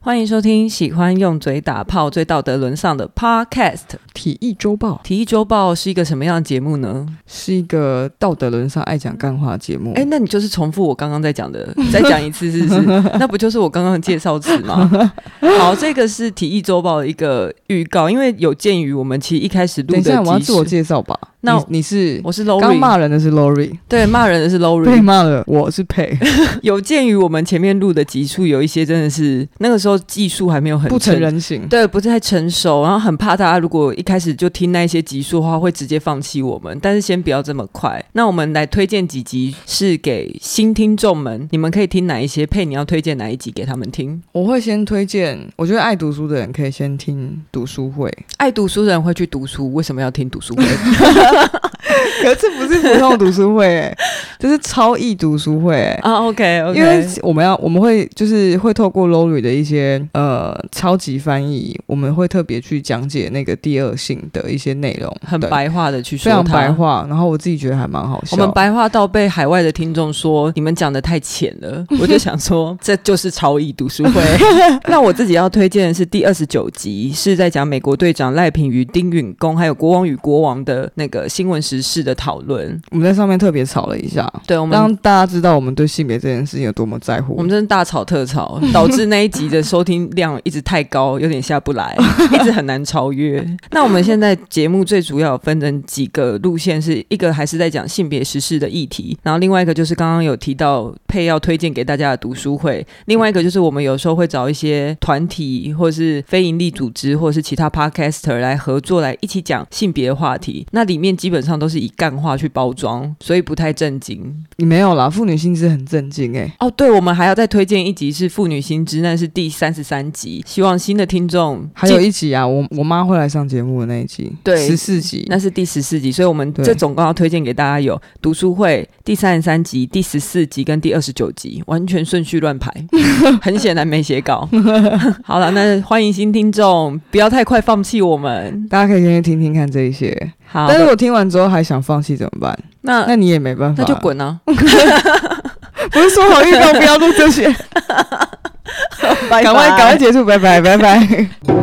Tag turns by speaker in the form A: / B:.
A: 欢迎收听喜欢用嘴打炮、最道德沦丧的 Podcast。
B: 体育周报
A: 体育周报是一个什么样的节目 呢？
B: 是一个道德沦丧、爱讲干话的节目。
A: 哎，那你就是重复我刚刚在讲的， 再讲一次，是 不是？那不就是我刚刚的介绍词吗？好，这个是体育周报的一个预告，因为有鉴于我们其实一开始录
B: 等
A: 的
B: 一下，我要
A: 集
B: 自
A: 数，
B: 我介绍吧。
A: 那
B: 你你是
A: 我是
B: 刚
A: Lori，
B: 骂人的是 Lori，
A: 对，骂人的是
B: 被
A: Lori。
B: 骂了我是佩，
A: 有鉴于我们前面录的集数有一些真的是那个时候技术还没有很
B: 不成
A: 正
B: 人形。
A: 对，不太成熟，然后很怕大家如果一开始就听那一些集数的话，会直接放弃我们。但是先不要这么快，那我们来推荐几集是给新听众们，你们可以听哪一些？配你要推荐哪一集给他们听？
B: 我会先推荐，我觉得爱读书的人可以先听读书会，
A: 爱读书的人会去读书，为什么要听读书会？
B: 可是这不是普通的读书会、 欸，这是超易读书会、欸。
A: 啊，OK OK，
B: 因为我们要，我们会就是会透过 Lori 的一些呃超级翻译，我们会特别去讲解那个第二性的一些内容，
A: 很
B: 对
A: 白话的去
B: 非
A: 说
B: 常
A: 它
B: 白。话，然后我自己觉得还蛮好
A: 我
B: 笑。
A: 们白话到被海外的听众说你们讲的太浅了，我就想说这就是超译读书会。那我自己要推荐的是第二十九集，是在讲美国队长赖品妤、丁允恭还有国王与国王的那个新闻时事的讨论。
B: 我们在上面特别吵了一下，
A: 对我们。
B: 让大家知道我们对性别这件事情有多么在乎。
A: 我们真的大吵特吵，导致那一集的收听量一直太高，有点下不来，一直很难超越。那我们现在节目最主要分成几个路线是，一个还是在讲性别时事的议题，然后另外一个就是刚刚有提到配要推荐给大家的读书会，另外一个就是我们有时候会找一些团体或是非营利组织或是其他 podcaster 来合作，来一起讲性别话题。那里面基本上都是以干话去包装，所以不太正经。
B: 你没有啦，妇女心知很震惊哎、
A: 哦，对，我们还要再推荐一集是《妇女新知》，那是第三十三集，希望新的听众
B: 还有
A: 记
B: 一集啊，我我妈会来上节目的那一集，
A: 对
B: 十四集。
A: 那是第十四集，所以我们
B: 对
A: 这总共要推荐给大家有读书会第三十三集、第十四集跟第二十九集，完全顺序乱 排，很显然没写稿。 好了，那欢迎新听众，不要太快放弃我们。
B: 大家可以先去听听看这一些，
A: 好，
B: 但是我听完之后还想放弃怎么办？
A: 啊那
B: 那你也没办法，
A: 那就！滚 啊！
B: 不是说 好预告不要录这些，
A: 赶
B: 赶快赶快结束，拜拜拜拜。